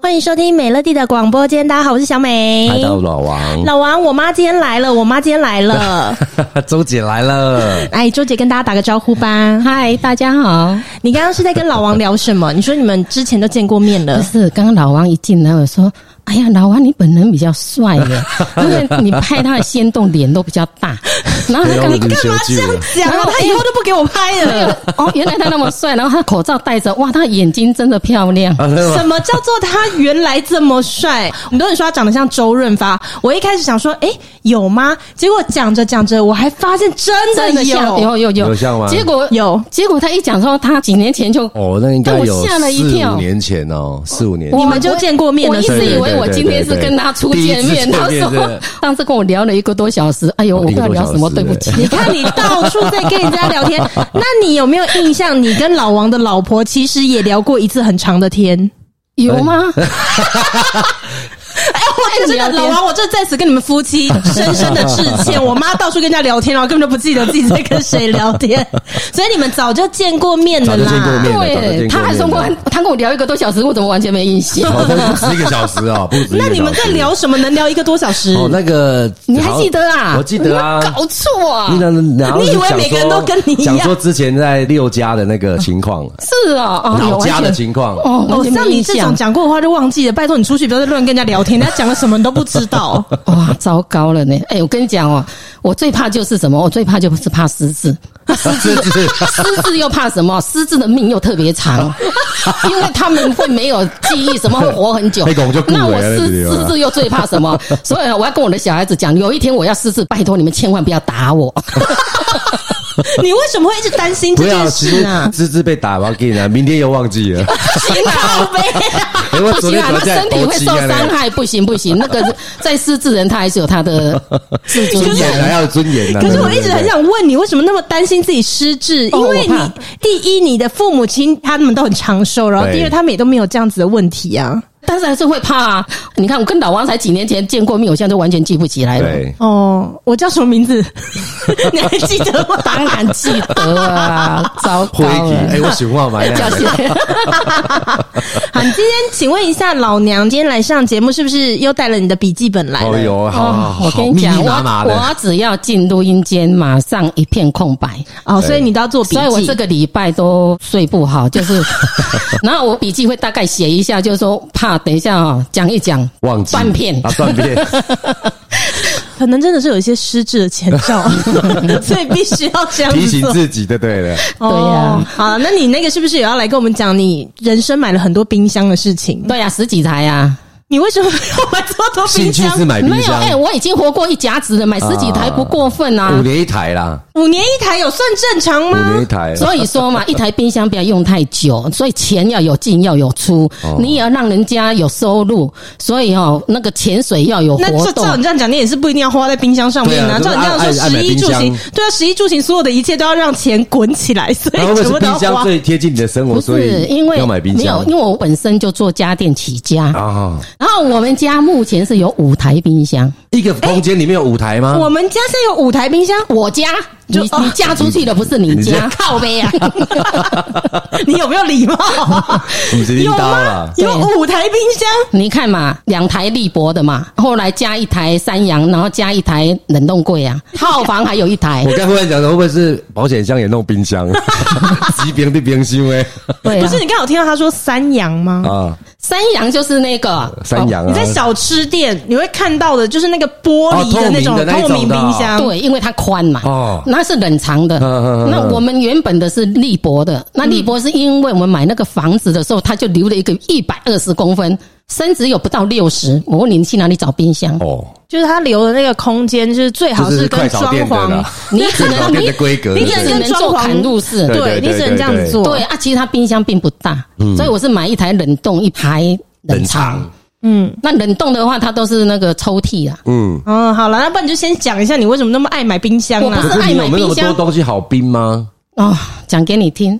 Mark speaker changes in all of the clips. Speaker 1: 欢迎收听美乐蒂的广播间，大家好，我是小美。
Speaker 2: 来到老王，
Speaker 1: 老王，我妈今天来了，我妈今天来 了。
Speaker 2: 周姐来了。
Speaker 1: 哎，周姐跟大家打个招呼吧。
Speaker 3: 嗨，大家好。
Speaker 1: 你刚刚是在跟老王聊什么？你说你们之前都见过面
Speaker 2: 嗯
Speaker 3: 不
Speaker 1: 了，
Speaker 3: 是，刚刚老王一进来，我说：“哎呀，老王你本人比较帅 耶，因为你拍他的仙动脸都比较大。”然后他刚
Speaker 2: 不用
Speaker 3: 刚
Speaker 2: 你干嘛这样
Speaker 1: 讲了他以后都不给我拍 了。
Speaker 3: 哦，原来他那么帅，然后他口罩戴着，哇，他眼睛真的漂 亮。
Speaker 2: 啊，真的
Speaker 1: 什
Speaker 2: 吗
Speaker 1: 么叫做他原来这么帅？我们都很说他长得像周润发。我一开始想说，哎、有吗？结果讲着讲着，我还发现真的
Speaker 3: 真的
Speaker 1: 有
Speaker 3: 像有有有
Speaker 2: 有像吗
Speaker 3: 结果
Speaker 1: 有
Speaker 3: 结果他一讲说他几年前就
Speaker 2: 哦，那应该
Speaker 3: 但我
Speaker 2: 有
Speaker 3: 吓了一
Speaker 2: 四
Speaker 3: 跳
Speaker 2: 五年前哦，四五年
Speaker 1: 你
Speaker 2: 前
Speaker 1: 们就见过面
Speaker 3: 我
Speaker 1: 了
Speaker 3: 一
Speaker 1: 是
Speaker 2: 不
Speaker 3: 直
Speaker 2: 是
Speaker 3: 以为我今天是跟他初
Speaker 2: 对对
Speaker 3: 见
Speaker 2: 对
Speaker 3: 面，
Speaker 2: 对
Speaker 3: 他
Speaker 2: 对对
Speaker 3: 说
Speaker 2: 对
Speaker 3: 上次跟我聊了一个多小时，哎呦，我
Speaker 2: 哦
Speaker 3: 不
Speaker 2: 一
Speaker 3: 知
Speaker 2: 个
Speaker 3: 道
Speaker 2: 多
Speaker 3: 聊
Speaker 2: 小
Speaker 3: 什么，
Speaker 2: 时
Speaker 3: 对不起。
Speaker 1: 你看你到处在跟人家聊天， 那你有没有印象？你跟老王的老婆其实也聊过一次很长的天。
Speaker 3: 有吗？
Speaker 1: 哎、我真的
Speaker 3: 聊天
Speaker 1: 老王，我这在此跟你们夫妻深深的致歉。我妈到处跟人家聊天，然后根本就不记得自己在跟谁聊 天，所以你们早就见过面了
Speaker 2: 早就
Speaker 1: 啦。
Speaker 2: 见过 面了，早就见过
Speaker 3: 对，
Speaker 2: 面
Speaker 3: 他还说过
Speaker 2: 了，
Speaker 3: 他跟我聊一个多小时，我怎么完全没印象？
Speaker 2: 哦，那不止一个小时哦，不止一个小时。
Speaker 1: 那你们在聊什么？能聊一个多小时？
Speaker 2: 哦，那个
Speaker 3: 你还记得啊？
Speaker 2: 我记得啊
Speaker 3: 你有。搞错啊
Speaker 2: 你！能然后
Speaker 1: 你以为
Speaker 2: 讲
Speaker 1: 每个人
Speaker 2: 说
Speaker 1: 都跟你一样
Speaker 2: 讲说之前在六家的那个情况，
Speaker 3: 是啊，哦
Speaker 2: 老家的
Speaker 3: 有
Speaker 2: 情况，
Speaker 3: 哦，
Speaker 1: 哦
Speaker 3: 完，全
Speaker 1: 像
Speaker 3: 没
Speaker 1: 你
Speaker 3: 印
Speaker 1: 这
Speaker 3: 象
Speaker 1: 种讲过的话就忘记了。拜托你出去不要再乱跟人家聊天，人家讲了什么你都不知 道。
Speaker 3: 哇，糟糕了呢！哎、我跟你讲哦，我最怕就是什么？我最怕就是怕失智。
Speaker 2: 是是
Speaker 3: 失智又怕什么？失智的命又特别 长，因为他们会没有记忆，什么会活很久
Speaker 2: 那个我们就。顾
Speaker 3: 那
Speaker 2: 为
Speaker 3: 我
Speaker 2: 了
Speaker 3: 失
Speaker 2: 对吧
Speaker 3: 失智又最怕什么？所以我要跟我的小孩子讲，有一天我要失智，拜托你们千万不要打我。
Speaker 1: 你为什么会一直担心
Speaker 2: 不
Speaker 1: 这
Speaker 2: 要，
Speaker 1: 件
Speaker 2: 其
Speaker 1: 事啊
Speaker 2: 实
Speaker 1: 呢？
Speaker 2: 芝芝被打完给你了，明天又忘记了。
Speaker 1: 心靠背，
Speaker 2: 哎，我
Speaker 3: 不
Speaker 2: 昨
Speaker 3: 行
Speaker 2: 天
Speaker 3: 啊，
Speaker 2: 怎么
Speaker 3: 他
Speaker 2: 在
Speaker 3: 身体会受
Speaker 2: 啊
Speaker 3: 伤害，不行不行，那个在失智人他还是有他的自尊
Speaker 2: 尊严
Speaker 3: 的。
Speaker 2: 还要有尊严呢。
Speaker 1: 啊可是我
Speaker 2: 对
Speaker 1: 一直很，想问你，为什么那么担心自己失智？
Speaker 3: 哦
Speaker 1: 因为
Speaker 3: 我
Speaker 1: 你
Speaker 3: 怕
Speaker 1: 第一，你的父母亲他们都很长寿，然后
Speaker 2: 对
Speaker 1: 第二，他们也都没有这样子的问题啊。
Speaker 3: 但是还是会怕啊！你看，我跟老王才几年前见过面，我现在都完全记不起来
Speaker 2: 对
Speaker 3: 了。
Speaker 2: 对
Speaker 1: 哦，我叫什么名 字？你还记得吗？
Speaker 3: 当然记得啊，糟
Speaker 2: 对，回
Speaker 3: 糕
Speaker 2: 忆，哎，
Speaker 3: 了！
Speaker 2: 我喜 欢买
Speaker 3: 叫
Speaker 2: 那
Speaker 3: 起
Speaker 2: 个。
Speaker 3: 来，
Speaker 1: 好，你今天请问一下，老娘今天来上节目，是不是又带了你的笔记本来了？
Speaker 2: 哦哟，好好，好
Speaker 3: 我跟你
Speaker 2: 密
Speaker 3: 讲，
Speaker 2: 密麻麻
Speaker 3: 我
Speaker 2: 的。
Speaker 3: 我只要进录音间，马上一片空白，
Speaker 1: 哦，所以你都要做笔记。
Speaker 3: 所以我这个礼拜都睡不 好，就是，然后我笔记会大概写一下，就是说怕等一下啊、讲一讲
Speaker 2: 忘记
Speaker 3: 断片
Speaker 2: 啊，断 片，
Speaker 1: 可能真的是有一些失智的前兆， 所以必须要这样
Speaker 2: 提
Speaker 1: 子
Speaker 2: 醒
Speaker 1: 做。
Speaker 2: 自己就对了。
Speaker 3: 对呀
Speaker 1: 哦好，那你那个是不是也要来跟我们讲你人生买了很多冰箱的事情？
Speaker 3: 对呀、啊十几台呀、
Speaker 1: 你为什么要买这么多
Speaker 2: 兴
Speaker 1: 冰
Speaker 2: 趣
Speaker 1: 箱？
Speaker 2: 是买冰
Speaker 3: 没有
Speaker 2: 箱哦
Speaker 3: 哎、，我已经活过一甲子了，买十几台不过分啊嗯
Speaker 2: 五年一台啦，
Speaker 1: 五年一台有算正常
Speaker 2: 五年
Speaker 1: 吗
Speaker 2: 一？台。
Speaker 3: 所以说嘛，一台冰箱不要用太久，所以钱要有进要有出，
Speaker 2: 哦
Speaker 3: 你也要让人家有收入，所以哦，那个潜水要有
Speaker 1: 那
Speaker 3: 活
Speaker 1: 就照
Speaker 3: 动
Speaker 1: 你。这样讲，你也是不一定要花在冰箱上面
Speaker 2: 对啊
Speaker 1: 照你这样说，
Speaker 2: 就是爱
Speaker 1: 食衣住
Speaker 2: 爱买
Speaker 1: 行
Speaker 2: 冰，
Speaker 1: 对啊，食衣住行，所有的一切都要让钱滚起来，所
Speaker 2: 然后
Speaker 1: 以
Speaker 2: 为
Speaker 1: 全
Speaker 2: 什么
Speaker 1: 部都要
Speaker 2: 冰箱
Speaker 1: 花。
Speaker 2: 最贴近你的生活？
Speaker 3: 不
Speaker 2: 所
Speaker 3: 是
Speaker 2: 以
Speaker 3: 因为
Speaker 2: 要买冰
Speaker 3: 没有
Speaker 2: 箱，
Speaker 3: 因哎为我本身就做家电起家，
Speaker 2: 啊。
Speaker 3: 然后我们家目前是有五台冰箱，
Speaker 2: 一个空间里面有五台吗？
Speaker 1: 我们家现在有五台冰 箱，
Speaker 3: 我家你
Speaker 1: 就哦
Speaker 3: 你嫁出去的不是你
Speaker 2: 你家
Speaker 3: 家，靠背啊！
Speaker 1: 你有没有 礼貌？
Speaker 2: 五十一
Speaker 1: 有
Speaker 2: 刀
Speaker 1: 吗
Speaker 2: 啦？。
Speaker 1: 有五台冰箱，
Speaker 3: 你看嘛，两台立博的嘛，后来加一台三洋，然后加一台冷冻柜啊，套房还有一台
Speaker 2: 我，刚忽然讲的会不会是保险箱也弄冰 箱？极冰的冰箱哎
Speaker 3: 对
Speaker 1: 不
Speaker 3: 啊
Speaker 1: 是，你刚好听到他说三洋吗？
Speaker 2: 啊，
Speaker 3: 三洋就是那个
Speaker 2: 三
Speaker 3: 哦
Speaker 2: 洋啊，
Speaker 1: 你在小吃店你会看到的，就是那个玻璃的那种
Speaker 2: 哦透明的那一
Speaker 1: 透
Speaker 2: 种的
Speaker 1: 明冰箱。
Speaker 3: 对，因为它宽嘛，
Speaker 2: 哦
Speaker 3: 那是冷藏的。
Speaker 2: 嗯嗯
Speaker 3: 那我们原本的是立博的，那立博是因为我们买那个房子的时候，它就留了一个一百二十公分，身子有不到六十。我问你，你去哪里找冰箱？
Speaker 2: 哦，
Speaker 1: 就是他留的那个空间，就是最好
Speaker 2: 就是
Speaker 1: 跟
Speaker 2: 快
Speaker 1: 装
Speaker 2: 炒店的
Speaker 1: 潢
Speaker 2: 啦，
Speaker 3: 你只 能
Speaker 2: 店的规格，
Speaker 1: 你
Speaker 3: 你
Speaker 1: 只
Speaker 3: 只
Speaker 1: 能
Speaker 3: 能做砍入式。
Speaker 2: 对
Speaker 1: 对
Speaker 2: 嗯
Speaker 1: 你只能这样子做。
Speaker 3: 对啊，其实它冰箱并不大，所以我是买一台冷冻，一台冷藏。
Speaker 1: 嗯
Speaker 3: 那冷冻的话，它都是那个抽屉啊。
Speaker 2: 嗯，
Speaker 1: 哦嗯，好了，那不然你就先讲一下你为什么那么爱买冰箱
Speaker 3: 我不
Speaker 1: 啦
Speaker 3: 是。
Speaker 2: 可是你有没有那么多东西好冰吗？
Speaker 3: 哦，讲给你 听，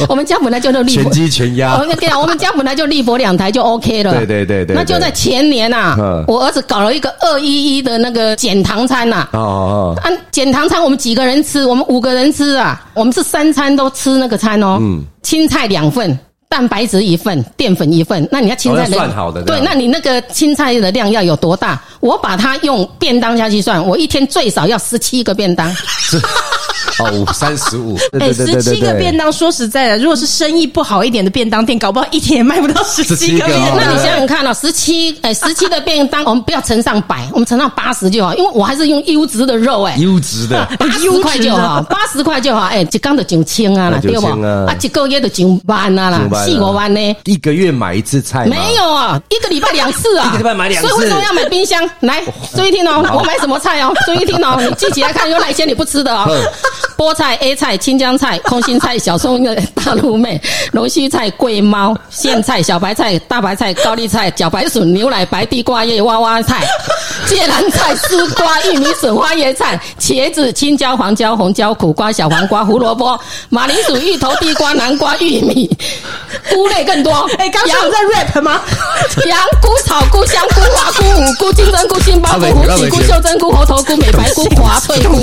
Speaker 3: 我哦们家本来就立
Speaker 2: 全
Speaker 3: 博，
Speaker 2: 鸡全鸭
Speaker 3: 我，跟你讲，我们家本来就立博两台就 OK 了。
Speaker 2: 对对对对，
Speaker 3: 那就在前年呐、
Speaker 2: 嗯
Speaker 3: 啊，我儿子搞了一个二一一的那个减糖餐呐、
Speaker 2: 哦哦，
Speaker 3: 啊，减糖餐我们几个人吃？我们五个人吃啊，我们是三餐都吃那个餐哦。
Speaker 2: 嗯
Speaker 3: 青菜两份，蛋白质一份，淀粉一份。那你要青菜的、
Speaker 2: 哦要算好的
Speaker 3: 对
Speaker 2: 这，样
Speaker 3: 那你那个青菜的量要有多大？我把它用便当下去算，我一天最少要十七个便当。
Speaker 2: 是哦五三十 五，
Speaker 1: 哎，
Speaker 2: 对对
Speaker 1: 十
Speaker 2: 对对
Speaker 1: 七
Speaker 2: 对
Speaker 1: 个便
Speaker 2: 对，
Speaker 1: 当，说实在的，如果是生意不好一点的便当店，搞不好一天也卖不到十七
Speaker 2: 17
Speaker 1: 个
Speaker 2: 个
Speaker 1: 便
Speaker 2: 哦
Speaker 1: 当。
Speaker 3: 那你想想看哦，十七哎十七的便当，我们不要乘上百，我们乘上八十就好，因为我还是用优质的肉哎、
Speaker 2: 优质的，
Speaker 3: 八十块就好，八十块就好，哎、一缸就上千啊啦，
Speaker 2: 啊
Speaker 3: 对不？
Speaker 2: 上千啊
Speaker 3: 啊，一个月就上万
Speaker 2: 上
Speaker 3: 啊
Speaker 2: 万
Speaker 3: 啦，
Speaker 2: 啊
Speaker 3: 四五万呢。
Speaker 2: 一个月买一次菜吗
Speaker 3: 没有啊，一个礼拜两次啊，
Speaker 2: 一个礼拜买两次
Speaker 3: 所以为什么要买冰箱？来，注意听哦，我买什么菜哦？注意听哦，你记起来看有哪些你不吃的哦
Speaker 2: 嗯。
Speaker 3: 菠菜、A 菜、青江菜、空心菜、小葱、大陆妹、龙须菜、桂猫、苋菜、小白菜、大白菜、高丽菜、茭白笋、牛奶白、地瓜叶、娃娃菜、芥蓝菜、丝瓜、玉米笋、花椰菜、茄子、青椒、黄椒、红椒、苦瓜、小黄瓜、胡萝卜、马铃薯、芋头、地瓜、南瓜、玉米，菇类更多。
Speaker 1: 哎，刚刚
Speaker 3: 洋
Speaker 1: 我在 rap 吗？
Speaker 3: 羊菇、草菇、香菇、花菇、五菇、金针菇、杏鲍菇、
Speaker 2: 他们
Speaker 3: 虎
Speaker 2: 他
Speaker 3: 喜
Speaker 2: 们
Speaker 3: 菇、
Speaker 2: 先
Speaker 3: 袖珍菇、猴头菇、美白菇、华翠菇。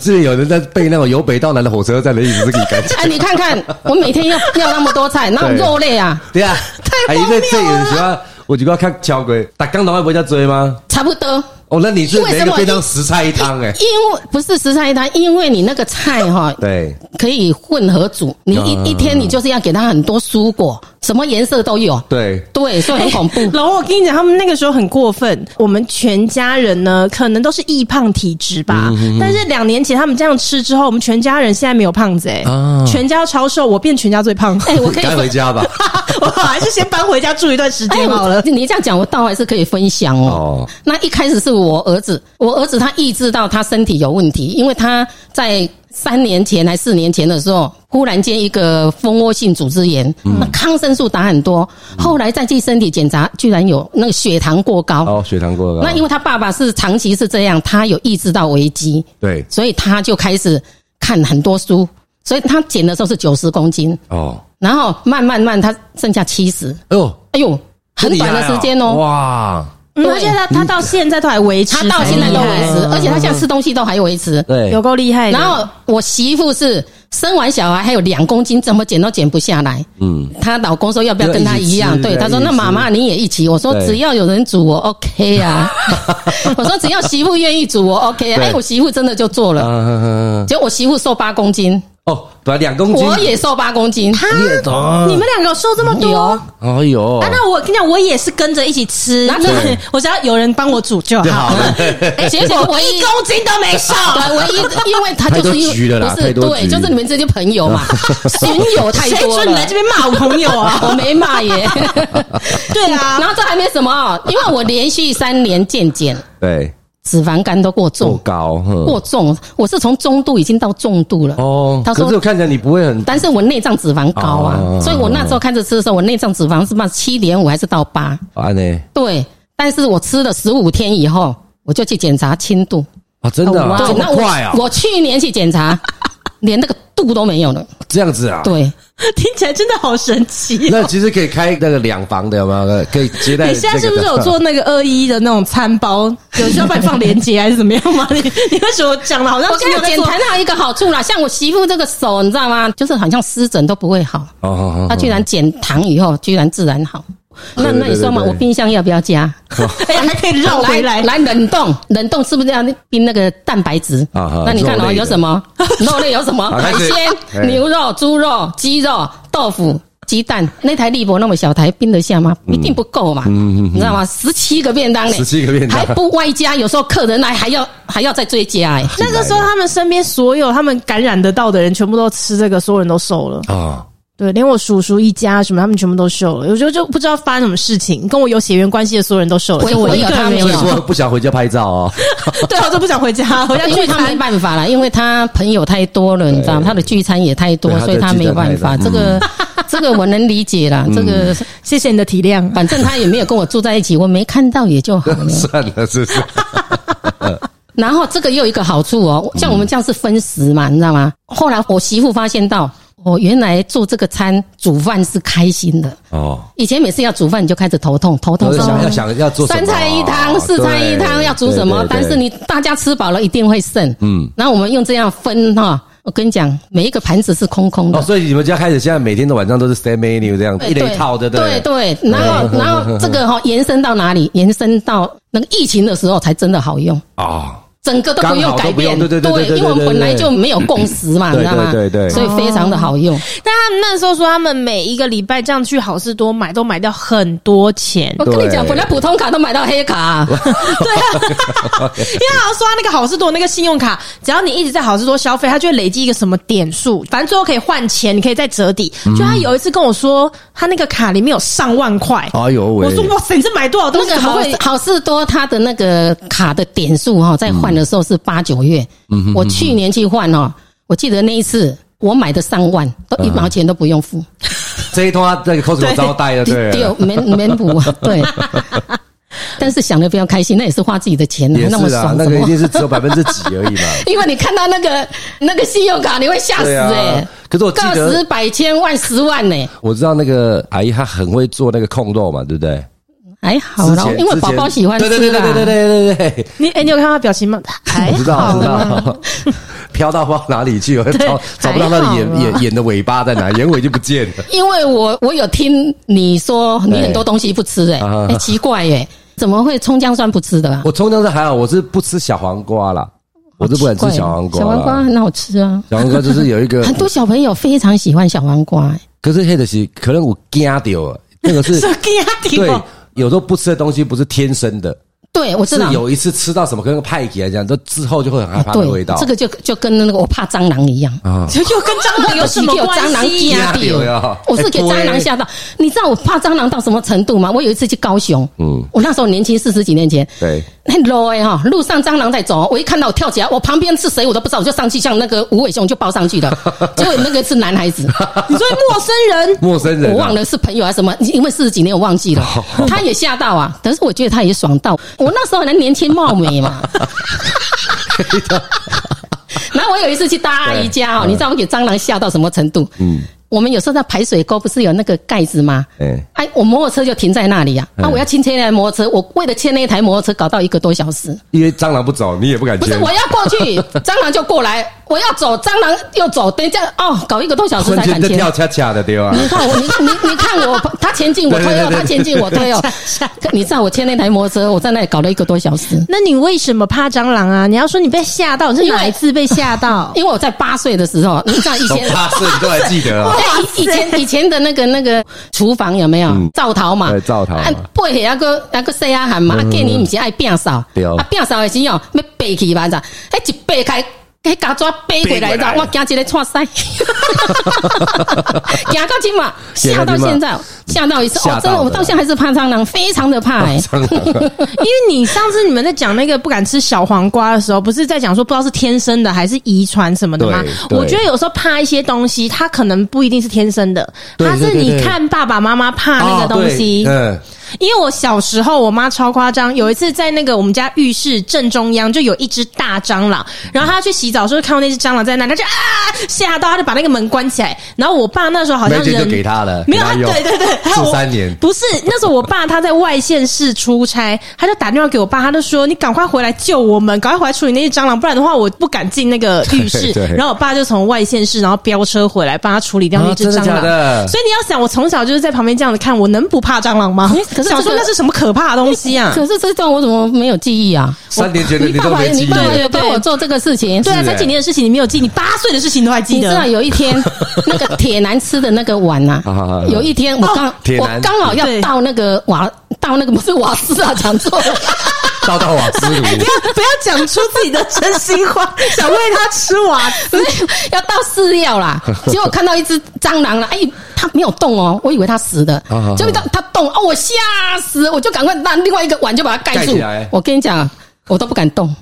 Speaker 2: 之前有人在背那种由北到南的火车站的意思，是给你 赶
Speaker 3: 哎，你看看，我每天要要那么多菜，那
Speaker 2: 对
Speaker 3: 肉类啊，
Speaker 2: 对啊，
Speaker 1: 太荒
Speaker 2: 啊因
Speaker 1: 谬
Speaker 2: 为这有时候我就要看敲鬼，打刚老外不叫追吗？
Speaker 3: 差不多。
Speaker 2: 哦，那你是
Speaker 3: 为
Speaker 2: 每
Speaker 3: 什
Speaker 2: 一个
Speaker 3: 么
Speaker 2: 便当十菜一汤哎、
Speaker 3: 因为不是食材单，因为你那个菜哈、
Speaker 2: 对，
Speaker 3: 可以混合煮，你
Speaker 2: 啊
Speaker 3: 一一天你就是要给它很多蔬果，什么颜色都有。
Speaker 2: 对
Speaker 3: 对，所以很恐怖。
Speaker 1: 然哎后我跟你讲，他们那个时候很过分。我们全家人呢，可能都是易胖体质吧。
Speaker 3: 嗯
Speaker 1: 但是两年前他们这样吃之后，我们全家人现在没有胖子哎、
Speaker 2: 啊
Speaker 1: 全家超瘦，我变全家最 胖。
Speaker 3: 哎，我可以
Speaker 2: 该回
Speaker 3: 分。
Speaker 2: 家吧。
Speaker 1: 我还是先搬回家住一段时
Speaker 3: 哎，
Speaker 1: 间好
Speaker 3: 我
Speaker 1: 了。
Speaker 3: 你这样讲，我倒还是可以分享哦。
Speaker 2: 哦，
Speaker 3: 那一开始是我儿子，我儿子他意识到他身体有问题，因为他在三年前还四年前的时候，忽然间一个蜂窝性组织炎，那抗生素打很多，后来再去身体检查，居然有那个血糖过高。
Speaker 2: 哦，血糖过高。
Speaker 3: 那因为他爸爸是长期是这样，他有意识到危机，
Speaker 2: 对
Speaker 3: 所以他就开始看很多书，所以他减的时候是九十公斤，
Speaker 2: 哦，
Speaker 3: 然后慢慢慢他剩下七十，
Speaker 2: 哎呦，
Speaker 3: 哎呦，
Speaker 2: 这
Speaker 3: 很
Speaker 2: 厉害
Speaker 3: 短的时间哦。
Speaker 2: 哇，
Speaker 1: 嗯
Speaker 3: 对
Speaker 1: 而且他他到现在都还维持，
Speaker 3: 他到现在都维
Speaker 1: 很厉
Speaker 3: 持，而且他现在吃东西都还维持。
Speaker 1: 害
Speaker 2: 对，
Speaker 1: 有够厉
Speaker 2: 哎
Speaker 1: 害的。
Speaker 3: 然后我媳妇是生完小孩还有两公斤，怎么减都减不下来。
Speaker 2: 嗯，
Speaker 3: 她老公说要不要跟她一样？
Speaker 2: 要一起吃
Speaker 3: 对，她说
Speaker 2: 要一起
Speaker 3: 那
Speaker 2: 吃
Speaker 3: 妈妈你也一起。我说
Speaker 2: 对
Speaker 3: 只要有人煮我 OK 啊，我说只要媳妇愿意煮我 OK 啊。
Speaker 2: 对
Speaker 3: 哎，我媳妇真的就做
Speaker 2: 啊
Speaker 3: 了，
Speaker 2: 呵呵呵
Speaker 3: 结果我媳妇瘦八公斤，
Speaker 2: 哦，本来两公斤，
Speaker 3: 我也瘦八公斤。
Speaker 2: 你也懂啊
Speaker 1: 你们两个瘦这么多
Speaker 3: 嗯有。
Speaker 2: 哎呦
Speaker 1: 啊，，那我跟你讲，我也是跟着一起吃，
Speaker 3: 那
Speaker 1: 就
Speaker 3: 对
Speaker 1: 是我只要有人帮我煮就
Speaker 2: 就
Speaker 1: 好
Speaker 2: 好。了，
Speaker 3: 哎，结果唯 一
Speaker 1: 一公斤都 没瘦，
Speaker 3: 对，唯一因为她就是因
Speaker 2: 太多局
Speaker 3: 为
Speaker 2: 了啦
Speaker 3: 不
Speaker 2: 太
Speaker 3: 是
Speaker 2: 多
Speaker 3: 对，
Speaker 2: 局
Speaker 3: 就是你们这些朋 友嘛，损友太
Speaker 1: 谁
Speaker 3: 多
Speaker 1: 准你来
Speaker 3: 了哦
Speaker 1: 这。边骂我朋友啊？
Speaker 3: 我没骂 耶。
Speaker 1: 对啊，
Speaker 3: 然后这还没什么哦，因为我连续三年健检，
Speaker 2: 对，
Speaker 3: 脂肪肝都过
Speaker 2: 够
Speaker 3: 重，
Speaker 2: 高，哼
Speaker 3: 过重，我是从中度已经到重度了。
Speaker 2: 哦。
Speaker 3: 他
Speaker 2: 可是我
Speaker 3: 说。
Speaker 2: 看起来你不会很
Speaker 3: 但是我内脏脂肪高啊，
Speaker 2: 哦
Speaker 3: 所以我那时候开始吃的时候，我内脏脂肪是嘛七点五还是到八？
Speaker 2: 啊呢
Speaker 3: 对，但是我吃了十五天以后，我就去检查轻度。
Speaker 2: 啊，真的啊
Speaker 3: 对
Speaker 2: 这么
Speaker 3: 哦那我
Speaker 2: 快啊，
Speaker 3: 我去年去 检查，连那个度都没有了。
Speaker 2: 这样子啊，
Speaker 3: 对，
Speaker 1: 听起来真的好神奇哦。
Speaker 2: 那其实可以开那个两房的，有没有？可以接待。
Speaker 1: 你现在是不是有？
Speaker 2: 哦
Speaker 1: 做那个二一的那种餐包？有需要帮你放链接还是怎么样 吗？你你为什么讲的好
Speaker 2: 哦
Speaker 1: 像
Speaker 3: 我
Speaker 1: 是
Speaker 3: 跟
Speaker 1: 没
Speaker 3: 你
Speaker 1: 有在
Speaker 3: 检
Speaker 1: 做
Speaker 3: 查它有一个好处啦，像我媳妇这个手，你知道吗？就是好像湿疹都不会好。
Speaker 2: 哦哦哦，哦
Speaker 3: 他居然减糖以后，居然自然好。那
Speaker 2: 对对
Speaker 3: 那你说嘛，
Speaker 2: 对对哦
Speaker 3: 我冰箱要不要加？
Speaker 1: 哎、还可以绕回来。
Speaker 3: 来冷冻，冷冻是不是要冰那个蛋白质？
Speaker 2: 啊啊
Speaker 3: 那你看
Speaker 2: 肉
Speaker 3: 哦，
Speaker 2: 类的
Speaker 3: 有 什么肉类有什么？
Speaker 2: 啊
Speaker 3: 海
Speaker 2: 开始
Speaker 3: 鲜、
Speaker 2: 哎
Speaker 3: 牛肉、猪肉、鸡肉、豆腐。鸡蛋那台利博那么小台，冰得下吗？
Speaker 2: 嗯
Speaker 3: 一定不够嘛，你知道吗？十七个便当呢，
Speaker 2: 17个便当
Speaker 3: 还不外加，有时候客人来还要还要再追加哎、
Speaker 1: 那个时候，他们身边所有他们感染得到的人，全部都吃这个，所有人都瘦了。
Speaker 2: 啊，
Speaker 1: 对，连我叔叔一家什么，他们全部都瘦了。我就就不知道发生什么事情，跟我有血缘关系的所有人都瘦了，
Speaker 3: 我
Speaker 1: 就我一
Speaker 3: 我有
Speaker 1: 个人
Speaker 3: 他
Speaker 1: 没
Speaker 3: 没
Speaker 1: 有
Speaker 3: 有
Speaker 2: 所以。说不想回家拍照哦。
Speaker 1: 对啊，我都不想回家，回家
Speaker 3: 因为
Speaker 1: 聚
Speaker 3: 他没
Speaker 1: 餐。
Speaker 3: 办法了，因为他朋友太多了，你知道吗？他的聚餐也太多
Speaker 2: 对，他的
Speaker 3: 所以他没有办法。
Speaker 2: 聚
Speaker 3: 这
Speaker 2: 餐太嗯
Speaker 3: 个 这个我能理解啦，这个
Speaker 1: 谢谢你的体谅。
Speaker 3: 嗯反正他也没有跟我住在一起，我没看到也就好了。
Speaker 2: 算了，是不是？
Speaker 3: 然后这个也有一个好处哦，像我们这样是分食嘛，你知道吗？后来我媳妇发现到，我原来做这个餐煮饭是开心的，
Speaker 2: 哦，
Speaker 3: 以前每次要煮饭你就开始头痛，头痛
Speaker 2: 都是
Speaker 3: 上
Speaker 2: 想要想要做什么哦
Speaker 3: 三菜一汤、四菜一汤
Speaker 2: 对
Speaker 3: 要煮什么
Speaker 2: 对对对？
Speaker 3: 但是你大家吃饱了一定会剩，嗯，然后我们用这样分哈，我跟你讲，每一个盘子是空空的
Speaker 2: 哦，，所以你们家开始现在每天的晚上都是 set menu 这样
Speaker 3: 对
Speaker 2: 一连套的，
Speaker 3: 对
Speaker 2: 对嗯不
Speaker 3: 对，然后然后这个哈、延伸到哪里？延伸到那个疫情的时候才真的好用，
Speaker 2: 啊，
Speaker 3: 整个都不用改变，
Speaker 2: 刚好都不用对对对对对
Speaker 3: 因为我们
Speaker 2: 对对对
Speaker 3: 本来就没有共识嘛，
Speaker 2: 对
Speaker 3: 你知道吗？
Speaker 2: 对对对
Speaker 3: 所以非常的好用。
Speaker 1: 但他们那时候说，他们每一个礼拜这样去好事多买，都买掉很多钱。
Speaker 3: 我跟你讲，本来普通卡都买到黑卡、
Speaker 1: 对啊，因为好像刷那个好事多那个信用卡，只要你一直在好事多消费，它就会累积一个什么点数，反正最后可以换钱，你可以再折抵。就他有一次跟我说，他那个卡里面有上万块。
Speaker 2: 哎呦喂
Speaker 1: 我说哇塞，你这买多少东西？
Speaker 3: 那个
Speaker 1: 怎么
Speaker 3: 好
Speaker 1: 会
Speaker 3: 好事多，它的那个卡的点数哈、在换的时候是八九月。
Speaker 2: 嗯
Speaker 3: 我去年去换哦，我记得那一次我买的上万，都
Speaker 2: 嗯
Speaker 3: 一毛钱都不用付，
Speaker 2: 这一通他在 Costco 招待的，啊对
Speaker 3: 丢
Speaker 2: 了，
Speaker 3: 没没补，啊 对。但是想的非常开心，那也是花自己的钱，
Speaker 2: 也
Speaker 3: 那么
Speaker 2: 是啊，
Speaker 3: 爽，
Speaker 2: 那
Speaker 3: 怎
Speaker 2: 个一
Speaker 3: 么？
Speaker 2: 定是只有百分之几而已嘛。
Speaker 3: 因为你看到那个那个信用卡，你会吓死
Speaker 2: 对
Speaker 3: 哎、
Speaker 2: 啊，可是我记
Speaker 3: 个十
Speaker 2: 得
Speaker 3: 百千万十万呢、欸
Speaker 2: 我知道那个阿姨她很会做那个控肉嘛，对不对？
Speaker 3: 还好啦
Speaker 2: 之，前
Speaker 3: 因为宝宝喜欢吃啊
Speaker 2: 对
Speaker 3: 啦。
Speaker 2: 对对对对对对对对。
Speaker 1: 你哎、你有看他表情吗？哎还
Speaker 2: 我知道，我知道，飘到不知道哪里去了，找找不到那里
Speaker 1: 还好
Speaker 2: 眼
Speaker 1: 啦
Speaker 2: 眼眼的尾巴在哪，眼尾就不见了。
Speaker 3: 因为我我有听你说你很多东西不吃哎、
Speaker 2: 啊
Speaker 3: 哎、奇怪哎、怎么会葱姜蒜不吃的啊？
Speaker 2: 我葱姜是还好，我是不吃小黄瓜啦，我是不敢吃小黄瓜
Speaker 3: 欸小黄瓜
Speaker 2: 啦。
Speaker 3: 很好吃啊，
Speaker 2: 小黄瓜就是有一个
Speaker 3: 很，多小朋友非常喜欢小黄瓜、哎
Speaker 2: 可是黑的是可能我惊掉了，那个是
Speaker 1: 是给他提
Speaker 3: 哦
Speaker 2: 对。有时候不吃的东西不是天生的，
Speaker 3: 对我知
Speaker 2: 是
Speaker 3: 道。
Speaker 2: 有一次吃到什么跟派给啊这样，都之后就会很害
Speaker 3: 啊
Speaker 2: 怕的
Speaker 3: 对
Speaker 2: 味道。，
Speaker 3: 这个就就跟那个我怕蟑螂一样，
Speaker 2: 啊，
Speaker 1: 就就跟蟑螂有什么
Speaker 3: 有
Speaker 1: 关
Speaker 3: 蟑 螂
Speaker 1: 系
Speaker 3: 压
Speaker 2: 压
Speaker 3: 掉
Speaker 2: 到呀，
Speaker 3: 我是给蟑螂吓到。你知道我怕蟑螂到什么程度吗？我有一次去高雄，
Speaker 2: 嗯
Speaker 3: 嗯，我那时候年轻，四十几年前，
Speaker 2: 对，
Speaker 3: 那路哎哈，路上蟑螂在走，我一看到我跳起来，我旁边是谁我都不知道，我就上去像那个无尾熊就抱 上去的，结果那个是男孩子，
Speaker 1: 你说陌生人，
Speaker 2: 陌生人啊
Speaker 3: 我忘了是朋友还是什么，因为四十几年我忘 记了，他也吓到啊，但是我觉得他也爽到，我那时候还年轻貌 美嘛。然后我有一次去大阿姨家哦，
Speaker 2: 对嗯
Speaker 3: 你知道我给蟑螂吓到什么程度？嗯，我们有时候在排水沟不是有那个盖子吗？
Speaker 2: 哎
Speaker 3: 哎，我摩托车就停在那里呀、啊，啊，我要牵那台摩托车，我为了牵那一台摩托车搞到一个多小时。
Speaker 2: 因为蟑螂不走，你也不敢
Speaker 3: 不是
Speaker 2: 牵。
Speaker 3: 我要过去，蟑螂就过来，我要走，蟑螂又走，等一下哦，搞一个多小时
Speaker 2: 瞬
Speaker 3: 才
Speaker 2: 间
Speaker 3: 敢
Speaker 2: 就
Speaker 3: 牵。
Speaker 2: 跳恰恰的对吧？
Speaker 3: 你看我，你你你看我，他前进我推
Speaker 2: 对对
Speaker 3: 哦，
Speaker 2: 对
Speaker 3: 他前进我推哦。 你知道我牵那台摩托车，我在那里搞了一个多小时，
Speaker 1: 那你为什么怕蟑螂啊？你要说你被吓到，是哪一次被吓到？
Speaker 3: 因为我在八岁的时候，你知道以
Speaker 2: 从
Speaker 3: 前。
Speaker 2: 哦八岁你都还记得 啊？
Speaker 3: 对，以以前以前的那个那个厨房有没有
Speaker 2: 嗯
Speaker 3: 灶头嘛
Speaker 2: 对？灶头嗯
Speaker 3: 啊，背起那个那个细啊喊嘛，啊，见你唔是爱摒扫，
Speaker 2: 对
Speaker 3: 啊，摒扫的时候要背起嘛，咋？哎，一背开。迄胶纸背过来，
Speaker 2: 背过
Speaker 3: 你知道
Speaker 2: 来
Speaker 3: 我惊一个 错塞，惊到今嘛，吓到现在，吓到一次，
Speaker 2: 吓
Speaker 3: 哦，
Speaker 2: 到
Speaker 3: 真的，我
Speaker 2: 了
Speaker 3: 到现在还是怕蟑 螂，非常的怕哎、
Speaker 2: 蟑螂啊
Speaker 1: 因为你上次你们在讲那个不敢吃小黄瓜的时候，不是在讲说不知道是天生的还是遗传什么的吗？
Speaker 2: 对对
Speaker 1: 我觉得有时候怕一些东西，它可能不一定是天生的，
Speaker 2: 对
Speaker 1: 它是
Speaker 2: 对对
Speaker 1: 你
Speaker 2: 对
Speaker 1: 看爸爸妈妈怕那个东西。
Speaker 2: 哦对嗯，
Speaker 1: 因为我小时候，我妈超夸张，有一次在那个我们家浴室正中央就有一只大蟑螂，然后她去洗澡的时候看到那只蟑螂在那，她就啊吓到，她就把那个门关起来。然后我爸那时候好像
Speaker 2: 那件
Speaker 1: 人
Speaker 2: 就给他了，
Speaker 1: 没有，他
Speaker 2: 给他用
Speaker 1: 对对对，还有
Speaker 2: 住
Speaker 1: 我
Speaker 2: 三年，
Speaker 1: 不是那时候我爸他在外县市出差，他就打电话给我爸，他就说你赶快回来救我们，赶快回来处理那些蟑螂，不然的话我不敢进那个浴室
Speaker 2: 对。对
Speaker 1: 然后我爸就从外县市，然后飙车回来帮他处理掉那只
Speaker 2: 啊真
Speaker 1: 蟑
Speaker 2: 的假
Speaker 1: 螂。
Speaker 2: 的
Speaker 1: 所以你要想，我从小就是在旁边这样子看，我能不怕蟑螂吗？
Speaker 3: 诶可是这
Speaker 1: 想
Speaker 3: 个
Speaker 1: 说那是什么 可怕的东西啊？
Speaker 3: 可是这段我怎么没有记忆啊？
Speaker 2: 三年前的
Speaker 3: 你
Speaker 2: 你
Speaker 3: 爸
Speaker 2: 都
Speaker 3: 爸，
Speaker 2: 没记
Speaker 3: 你
Speaker 2: 忆
Speaker 3: 爸
Speaker 2: 了
Speaker 3: 爸
Speaker 1: 对
Speaker 3: 有帮我做这个事情，
Speaker 1: 对啊，
Speaker 2: 是欸
Speaker 1: 才几年的事情你没有记，你八岁的事情你都还记
Speaker 3: 你知道
Speaker 1: 得。
Speaker 3: 有一天那个铁男吃的那个碗呐、
Speaker 2: 好好好
Speaker 3: 啊，有一天我刚、
Speaker 1: 哦
Speaker 2: 铁
Speaker 3: 我
Speaker 2: 男
Speaker 3: 刚好要
Speaker 1: 对
Speaker 3: 倒那个瓦，倒那个不是瓦斯啊，讲错了。
Speaker 2: 倒到瓦斯
Speaker 1: 不
Speaker 2: 炉，
Speaker 1: 要不要讲出自己的真心话， 想喂他吃瓦
Speaker 3: 不是要倒饲料啦，结果看到一只蟑螂了，哎，它没有动哦，我以为它死的
Speaker 2: 啊啊啊，
Speaker 3: 结果它它动哦，我吓死，我就赶快拿另外一个碗就把它盖
Speaker 2: 盖
Speaker 3: 住
Speaker 2: 起来。
Speaker 3: 我跟你讲，啊我都不敢动，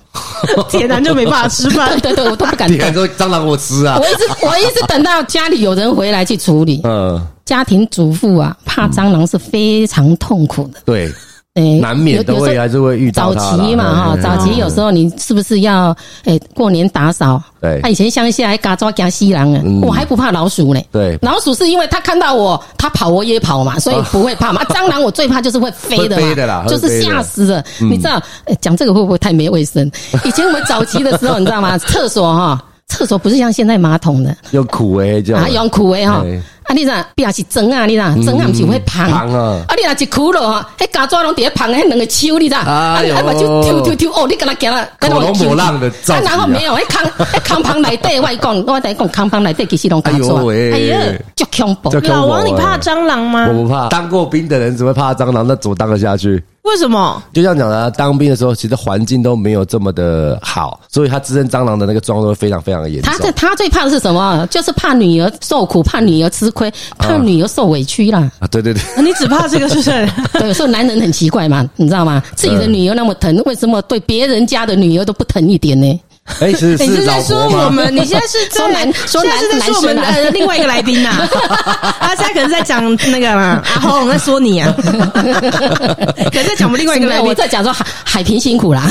Speaker 1: 铁男就没办法吃饭
Speaker 3: 对。对对，我都不敢
Speaker 2: 你
Speaker 3: 动
Speaker 2: 还，说蟑螂我吃啊
Speaker 3: 我？一直我一直等到家里有人回来去处理。
Speaker 2: 嗯，
Speaker 3: 家庭主妇啊，怕蟑螂是非常痛苦的。
Speaker 2: 对，
Speaker 3: 诶
Speaker 2: 难免都会还是会遇到
Speaker 3: 早
Speaker 2: 他啦
Speaker 3: 期嘛哈，
Speaker 2: 嗯
Speaker 3: 早期有时候你是不是要诶、过年打扫？啊
Speaker 2: 对嗯
Speaker 3: 他以前乡下还嘎抓夹西狼啊，我还不怕老鼠呢。
Speaker 2: 对啊
Speaker 3: 老鼠是因为他看到我，他跑我也跑嘛，所以不会 怕嘛。蟑螂我最怕就是会飞的
Speaker 2: 会
Speaker 3: 嘛，
Speaker 2: 飞的啦嗯
Speaker 3: 就
Speaker 2: 会
Speaker 3: 是
Speaker 2: 飞的
Speaker 3: 吓死了。你知道诶讲这个会不会太没卫生？以前我们早期的时候，你知道吗？厕所哈，厕所不是像现在马桶的，
Speaker 2: 又苦哎，这
Speaker 3: 啊，
Speaker 2: 样
Speaker 3: 用苦的吼
Speaker 2: 对。
Speaker 3: 啊，你若壁是砖啊，你若砖啊，毋是会芳
Speaker 2: 芳嗯啊
Speaker 3: 啊，你若是苦了吼，迄胶纸拢伫咧芳，迄两个手你知道？啊，
Speaker 2: 哎
Speaker 3: 你
Speaker 2: 呦
Speaker 3: 啊目睭抽抽抽，哦，你敢若行啦？
Speaker 2: 口龙
Speaker 3: 抹
Speaker 2: 抹浪的造
Speaker 3: 啊，
Speaker 2: 型啊
Speaker 3: 然后没有，迄康 迄康芳内底，我跟你讲，我跟你讲康芳内底其实拢胶
Speaker 2: 哎
Speaker 3: 纸
Speaker 2: 呦
Speaker 3: 啊，
Speaker 2: 喂，
Speaker 1: 哎呀
Speaker 3: 足恐怖
Speaker 2: 这。跟我欸
Speaker 1: 老王，你怕蟑螂吗
Speaker 2: 我？不怕，当过兵的人只会怕蟑螂，那怎么当得下去？
Speaker 1: 为什么？
Speaker 2: 就像讲的、啊，当兵的时候其实环境都没有这么的好，所以他滋生蟑螂的那个状况会非常非常的严重
Speaker 3: 他。最他最怕的是什么？就是怕女儿受苦，怕女儿吃亏，怕女儿受委屈啦。
Speaker 2: 啊，对 对对，
Speaker 1: 你只怕这个是不是？
Speaker 3: 对，有时候男人很奇怪嘛，你知道吗？自己的
Speaker 2: 嗯
Speaker 3: 女儿那么疼，为什么对别人家的女儿都不疼一点呢？
Speaker 2: 哎、是
Speaker 1: 你
Speaker 2: 是
Speaker 1: 是
Speaker 2: 老
Speaker 1: 在说
Speaker 2: 婆
Speaker 1: 我
Speaker 2: 吗？
Speaker 1: 们？你现在是 在
Speaker 3: 说男说
Speaker 1: 现在是在
Speaker 3: 男
Speaker 1: 说我们
Speaker 3: 男生啊
Speaker 1: 呃另外一个来宾呐、 他现在可能在讲那个嘛，阿红在说 你啊，可能在讲我们另外一个
Speaker 3: 没
Speaker 1: 来
Speaker 3: 有，我
Speaker 1: 宾。
Speaker 3: 在讲说海海平辛 苦啦。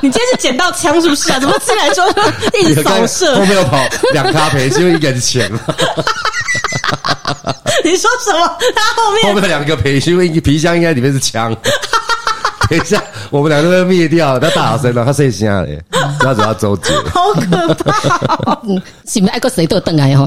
Speaker 1: 你今天是捡到枪是不是啊？怎么自然 说一直扫射
Speaker 2: 后？面有跑两咖啡，是因为眼前了。
Speaker 1: 你说什么？他后
Speaker 2: 后
Speaker 1: 面
Speaker 2: 面两个培训皮箱应该里面是枪。 等一下，我们俩都被灭掉，他大声了，他睡醒了，他只要周杰。
Speaker 1: 好可怕哦、
Speaker 3: 嗯，是不是爱过谁都邓来哦？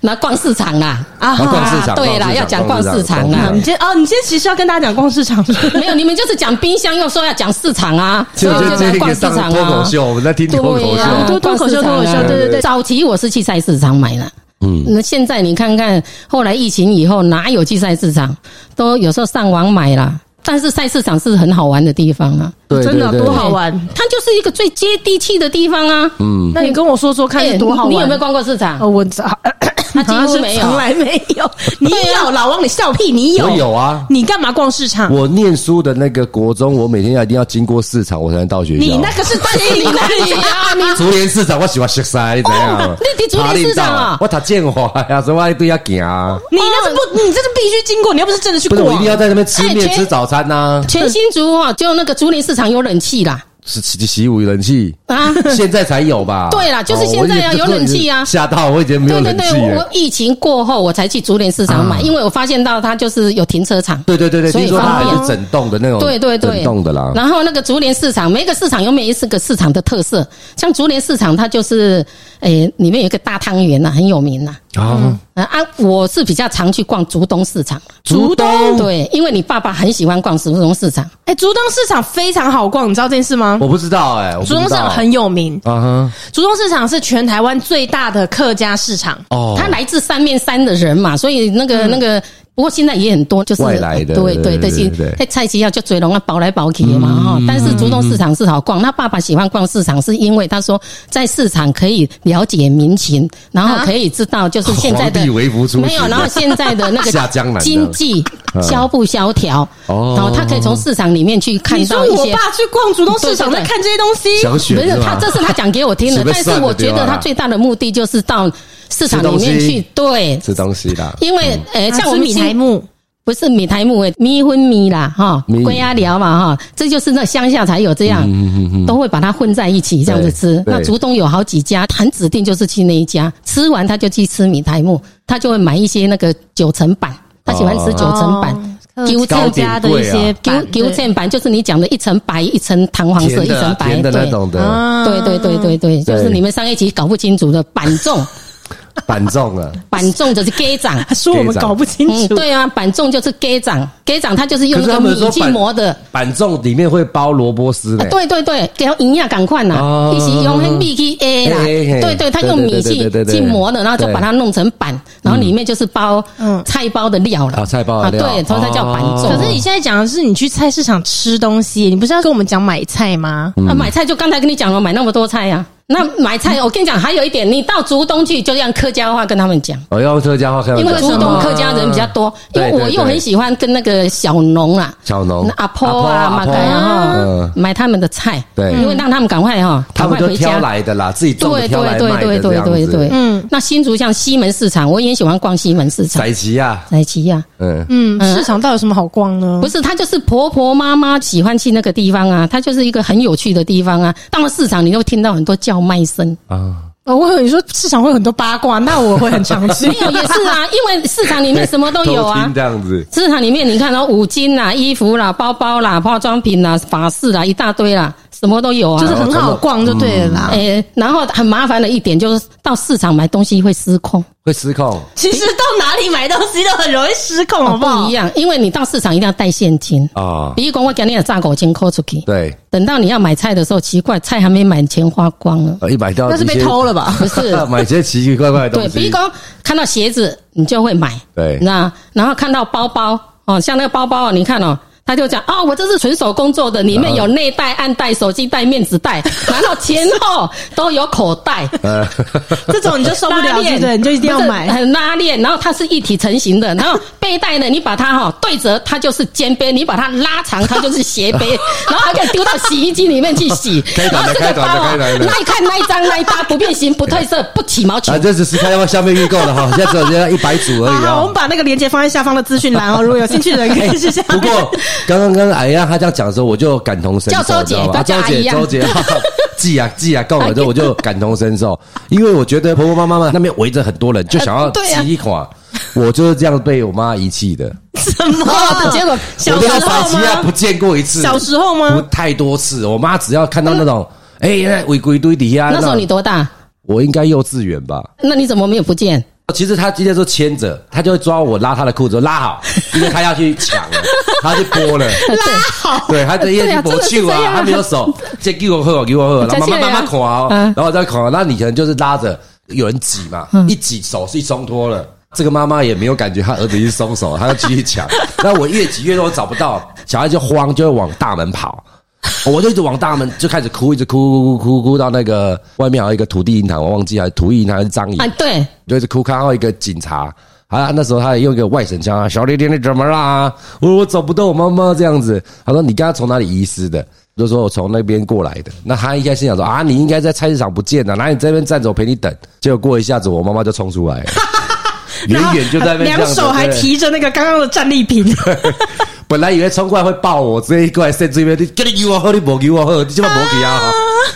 Speaker 3: 那逛市场啦，
Speaker 1: 啊
Speaker 2: 啊逛市场
Speaker 3: 对
Speaker 2: 逛
Speaker 3: 啦，
Speaker 2: 市场
Speaker 3: 要讲逛市场
Speaker 2: 逛市
Speaker 1: 啊！
Speaker 3: 啦
Speaker 2: 场。
Speaker 1: 你今天哦，你今天其实要跟大家讲逛市场，
Speaker 3: 没有，你们就是讲冰箱，又说要讲市场啊，
Speaker 2: 其实我觉得
Speaker 3: 所以
Speaker 2: 今天可
Speaker 3: 就逛
Speaker 2: 以
Speaker 3: 市场
Speaker 2: 上脱口
Speaker 3: 啊。
Speaker 2: 秀，我们在听脱口
Speaker 3: 对
Speaker 2: 秀。
Speaker 3: 啊，
Speaker 1: 脱脱口秀
Speaker 3: 逛市场啊
Speaker 1: 脱口秀对对对
Speaker 3: 早期我是去菜市场买的。嗯，那现在你看看，后来疫情以后哪有去菜市场？都有时候上网买啦。但是菜市场是很好玩的地方啊，
Speaker 2: 对
Speaker 1: 真的
Speaker 2: 对对
Speaker 1: 多好玩。
Speaker 3: 它就是一个最接地气的地方啊。嗯，
Speaker 1: 那你跟我说说看是多好玩？
Speaker 3: 你有没有逛过市场？
Speaker 1: 哦，我早， 他
Speaker 3: 几乎没有
Speaker 1: 从来没 有。啊你有老王，你笑屁，你有，
Speaker 2: 我有啊，
Speaker 1: 你干嘛逛市场？
Speaker 2: 我念书的那个国中，我每天要一定要经过市场，我才能到学校。
Speaker 1: 你那个是心理
Speaker 3: 你
Speaker 1: 那
Speaker 3: 啊，你
Speaker 2: 竹联市场，我喜欢学西，你怎样
Speaker 3: 哦？你你竹联市场啊
Speaker 2: 我读建华呀，所以我一定要行啊。
Speaker 1: 你那是不，你这是必须经过，你又不是真的去
Speaker 2: 不
Speaker 1: 过
Speaker 2: 是，。我一定要在那边吃面
Speaker 3: 啊哎
Speaker 2: 吃早餐呐，
Speaker 3: 全新竹哦，就那个竹林市场有冷气啦
Speaker 2: 是习习武人气。
Speaker 3: 啊！
Speaker 2: 现在才有吧？
Speaker 3: 对啦就是现在
Speaker 2: 哦
Speaker 3: 啊
Speaker 2: 我已经
Speaker 3: 有冷气啊
Speaker 2: 吓到我已经没有
Speaker 3: 对对
Speaker 2: 冷
Speaker 3: 对，
Speaker 2: 气
Speaker 3: 我
Speaker 2: 了
Speaker 3: 我。疫情过后我才去竹林市场买，
Speaker 2: 啊
Speaker 3: 因为我发现到它就是有停车场。
Speaker 2: 对对对对，
Speaker 3: 所以
Speaker 2: 听说它
Speaker 3: 方便
Speaker 2: 还是整栋的那种，
Speaker 3: 对对对，
Speaker 2: 整哦栋的啦。
Speaker 3: 然后那个竹联市场，每一个市场有每一个市场的特色，像竹联市场，它就是诶、里面有一个大汤圆呐、很有名呐、
Speaker 2: 啊，
Speaker 3: 啊。啊，我是比较常去逛竹东市场。
Speaker 1: 竹东
Speaker 3: 对，因为你爸爸很喜欢逛竹东市场。
Speaker 1: 哎，竹东市场非常好逛，你知道这件事吗？
Speaker 2: 我不知道哎，我不
Speaker 1: 竹东市
Speaker 2: 知道
Speaker 1: 场很有名，
Speaker 2: 啊哈
Speaker 1: 竹东市场是全台湾最大的客家市场。
Speaker 2: 哦，嗯
Speaker 3: 他来自三面山的人嘛，所以那个、那个，不过现在也很多，就是呃
Speaker 2: 外来的
Speaker 3: 对
Speaker 2: 对
Speaker 3: 对对，
Speaker 2: 对
Speaker 3: 是
Speaker 2: 对对嗯
Speaker 3: 在菜市要就嘴龙啊，包来包去的嘛哈、但是竹东市场是好逛，那爸爸喜欢逛市场，是因为他说在市场可以了解民情，然后可以知道就是现在的
Speaker 2: 皇帝微服出巡
Speaker 3: 没有，然后现在的那
Speaker 2: 下江南
Speaker 3: 个
Speaker 2: 的嗯
Speaker 3: 经济萧不萧条，
Speaker 2: 哦
Speaker 3: 然后他可以从市场里面去看
Speaker 1: 你说
Speaker 3: 到一
Speaker 1: 我
Speaker 3: 些。
Speaker 1: 爸去逛竹东市场，
Speaker 3: 对对
Speaker 1: 在
Speaker 3: 对
Speaker 1: 看这些东西，哎
Speaker 2: 小雪
Speaker 3: 不是
Speaker 2: 是
Speaker 3: 他
Speaker 2: 吗，
Speaker 3: 这是他讲给 我听的，
Speaker 2: 随便
Speaker 3: 但是
Speaker 2: 算的
Speaker 3: 我觉
Speaker 2: 对
Speaker 3: 得
Speaker 2: 吧
Speaker 3: 他最大的目的就是到市场里面
Speaker 2: 吃东
Speaker 3: 去
Speaker 2: 西，
Speaker 3: 对，
Speaker 2: 吃东西啦。
Speaker 3: 因为呃，像我们
Speaker 1: 啊米台
Speaker 3: 新
Speaker 1: 木，
Speaker 3: 不是米苔木诶，米婚米啦哈
Speaker 2: 米，
Speaker 3: 龟鸭寮嘛哈，这就是那乡下才有
Speaker 2: 嗯
Speaker 3: 这样，都会把它混在一起这样子吃
Speaker 2: 对。
Speaker 3: 那
Speaker 2: 对
Speaker 3: 竹东有好几家，很指定就是去那一家，吃完他就去吃米苔木，他就会买一些那个九层板，他喜欢吃九层板。
Speaker 1: 哦
Speaker 3: 九
Speaker 1: 客
Speaker 3: 层
Speaker 1: 家的一些
Speaker 3: 九
Speaker 1: 板
Speaker 3: 九层板就是你讲的一层白，一层糖黄色，
Speaker 2: 甜
Speaker 3: 一
Speaker 2: 的
Speaker 3: 层
Speaker 2: 啊
Speaker 3: 白，
Speaker 2: 甜的那
Speaker 3: 对，
Speaker 2: 种的
Speaker 1: 啊
Speaker 3: 对对对对对，就是
Speaker 2: 对
Speaker 3: 你们上一集搞不清楚的板粽，
Speaker 2: 板粽 啊，
Speaker 3: 板粽就是 gay 掌，
Speaker 1: 他说我们搞不清
Speaker 3: 嗯，
Speaker 1: 楚。
Speaker 3: 对啊， 板粽就是 gay 掌，gay 掌它就是用
Speaker 2: 哎可
Speaker 3: 那
Speaker 2: 是他
Speaker 3: 个
Speaker 2: 们
Speaker 3: 米
Speaker 2: 说
Speaker 3: 去
Speaker 2: 板
Speaker 3: 磨的。
Speaker 2: 板粽里面会包萝卜丝
Speaker 3: 啊
Speaker 2: 的，，
Speaker 3: 对对对，给它营养赶快呐
Speaker 2: 哦，
Speaker 3: 一起用那米去 A 啦，
Speaker 2: 嘿嘿嘿
Speaker 3: 对对，它用米
Speaker 2: 对对对
Speaker 3: 去
Speaker 2: 对对对
Speaker 3: 去磨的，然后就把它弄成板，然后里面就是包
Speaker 1: 嗯
Speaker 3: 菜包的料了，
Speaker 2: 啊菜包的料
Speaker 3: 啊对，所以它叫板
Speaker 2: 哦
Speaker 3: 粽。
Speaker 1: 可是你现在讲的是你去菜市场吃东西，你不是要跟我们讲买菜吗？
Speaker 2: 嗯
Speaker 3: 啊，买菜就刚才跟你讲了，买那么多菜呀，那 买菜，我跟你讲，还有一点，你到竹东去就让客家话跟他们讲。
Speaker 2: 我哦要用客家话开玩
Speaker 3: 因
Speaker 2: 笑
Speaker 3: 为竹东客家人比较多，因为我又很喜欢跟那个小农啊、
Speaker 2: 小农
Speaker 3: 那阿婆啊、
Speaker 2: 哦阿
Speaker 3: 马
Speaker 2: 婆
Speaker 3: 改啊
Speaker 2: 嗯
Speaker 3: 哈，买他们的菜，
Speaker 2: 对
Speaker 3: 因为让他们赶快哈，
Speaker 2: 他
Speaker 3: 赶
Speaker 2: 们
Speaker 3: 快
Speaker 2: 都
Speaker 3: 回
Speaker 2: 挑
Speaker 3: 家。
Speaker 2: 来的啦，自己种的
Speaker 3: 对
Speaker 2: 挑来
Speaker 3: 对
Speaker 2: 卖
Speaker 3: 对对
Speaker 2: 的这
Speaker 3: 对
Speaker 2: 样子。
Speaker 3: 对对，
Speaker 1: 嗯
Speaker 3: 嗯，那新竹像西门市场，我也喜欢逛西门市场，
Speaker 2: 宅急啊，
Speaker 3: 宅急呀，
Speaker 2: 嗯，
Speaker 1: 嗯，市场到底有什么好逛呢？
Speaker 3: 不
Speaker 1: 是，
Speaker 3: 是，他就是婆婆妈妈喜欢去那个地方啊，它就是一个很有趣的地方啊。到了市场，你就会听到很多叫卖声，
Speaker 2: 啊，
Speaker 1: 我以为你说市场会有很多八卦，那我会很常 去。
Speaker 3: 没有也是啊， 因为市场里面什么都有
Speaker 2: 偷
Speaker 3: 啊
Speaker 2: 听。这样子，
Speaker 3: 市场里面你看到五金啦、衣服啦、包包啦、化妆品啦、法式啦，一大堆啦，什么都有啊。
Speaker 1: 就是嗯很好逛就对了啦。
Speaker 3: 诶、哎然后很麻烦的一点就是到市场买东西会失控，
Speaker 2: 会失控。
Speaker 1: 其实到哪里买东西都很容易失控，
Speaker 2: 哦
Speaker 1: 好
Speaker 3: 哦不
Speaker 1: 好？
Speaker 3: 一样，因为你到市场一定要带现金。
Speaker 2: 啊，
Speaker 3: 比如讲，我给你的炸狗钱扣出去，
Speaker 2: 对，
Speaker 3: 等到你要买菜的时候，奇怪，菜还没买，钱花 光了。
Speaker 2: 呃一买到
Speaker 1: 那是被
Speaker 2: 一些
Speaker 1: 偷了吧？
Speaker 3: 不是，
Speaker 2: 买些奇奇怪怪的
Speaker 3: 对
Speaker 2: 东，
Speaker 3: 比如
Speaker 2: 西，
Speaker 3: 讲看到鞋子你就会买，
Speaker 2: 对
Speaker 3: 那然后看到包包哦，像那个包包哦，你看哦。他就讲哦，我这是纯手工做的，里面有内袋、暗袋、手机袋、面 纸袋，然后前后都有口袋，
Speaker 2: 呃，
Speaker 1: 这种你就受不了，
Speaker 3: 拉
Speaker 1: 对
Speaker 3: 链
Speaker 1: 不对？你就一定要
Speaker 3: 不是
Speaker 1: 买。
Speaker 3: 很拉链，然后它是一体成 型的，然后背带呢，你把它哈、对折，它就是肩背；你把它拉长，它就是斜 背，然后还可以丢到洗衣机里面去洗。
Speaker 2: 开
Speaker 3: 然
Speaker 2: 短
Speaker 3: 后
Speaker 2: 的
Speaker 3: 这个包
Speaker 2: 开
Speaker 3: 哦
Speaker 2: 短的开短的
Speaker 3: 耐看、耐脏、耐搭，不变形、不褪色、不 起毛球
Speaker 1: 哎
Speaker 2: 啊，。这只是看要不要下面预购的哈，现在只有这一百组而已
Speaker 1: 好，我
Speaker 2: 啊
Speaker 1: 们。把那个链接放在下方的资讯栏 哦，如果有兴趣的人可以去下。
Speaker 2: 哎不过刚刚跟哎呀他这样讲的时候，我就感同身受，
Speaker 3: 叫周
Speaker 2: 你知
Speaker 3: 姐
Speaker 2: 道吗
Speaker 3: 不要
Speaker 2: 啊
Speaker 3: 叫
Speaker 2: 周
Speaker 3: 阿
Speaker 2: 姐，
Speaker 3: 姨啊
Speaker 2: 周姐，哈哈记啊记啊，够了之 后我就感同身受，因为我觉得婆婆妈妈们那边围着很多人，就想要
Speaker 3: 呃 对啊
Speaker 2: 挤一垮，我就是这样被我妈遗弃的。
Speaker 1: 什么
Speaker 3: 哦，结果
Speaker 1: 小
Speaker 2: 我那个
Speaker 1: 时
Speaker 2: 百
Speaker 1: 候
Speaker 2: 吉亚
Speaker 1: 吗
Speaker 2: 啊不见过一次，
Speaker 1: 小时候吗
Speaker 2: 不太多次。我妈只要看到那 种，哎、那违规堆底下，
Speaker 3: 那时候你多大？
Speaker 2: 我应该幼稚园吧？
Speaker 3: 那你怎么没有不见？
Speaker 2: 其实她今天说牵着，她就会抓我拉她的裤子，拉好，因为她要去抢了，她去剥了。
Speaker 1: 好，
Speaker 2: 对，她的叶
Speaker 3: 对
Speaker 2: 去
Speaker 3: 啊
Speaker 2: 搏去
Speaker 3: 真的是
Speaker 2: 啊
Speaker 3: 这样，
Speaker 2: 她没有手，这给我喝，给我喝，然后
Speaker 3: 真是
Speaker 2: 妈妈
Speaker 3: 啊
Speaker 2: 妈妈看哦，
Speaker 3: 嗯
Speaker 2: 然后我再看，那你可能就是拉着有人挤嘛，一挤手是一松脱了。这个妈妈也没有感觉，她儿子已经松手了，她要继续抢。那我越挤越多，我找不到，小孩就慌，就会往大门跑。我就一直往大门就开始哭，一直哭哭哭哭哭到那个外面还有一个土地银行，我忘记还是土地银行还是张仪
Speaker 3: 啊，，对，
Speaker 2: 就一直哭，看到一个警察，啊，那时候他也用一个外省腔啊，小弟弟你怎么啦？我我找不到我妈妈这样子。他说你刚刚从哪里遗失的？我就说我从那边过来的。那他应该心想说啊，你应该在菜市场不见了，那你这边站着，我陪你等。结果过一下子，我妈妈就冲出来了，远远就在那边这
Speaker 1: 两
Speaker 2: 样子
Speaker 1: 手还。
Speaker 2: 对
Speaker 1: 提着那个刚刚的战利品，
Speaker 2: 本来以为冲过来会抱我，直接过来甚至一边，你给你给我喝，你不给我喝，你这么不给啊？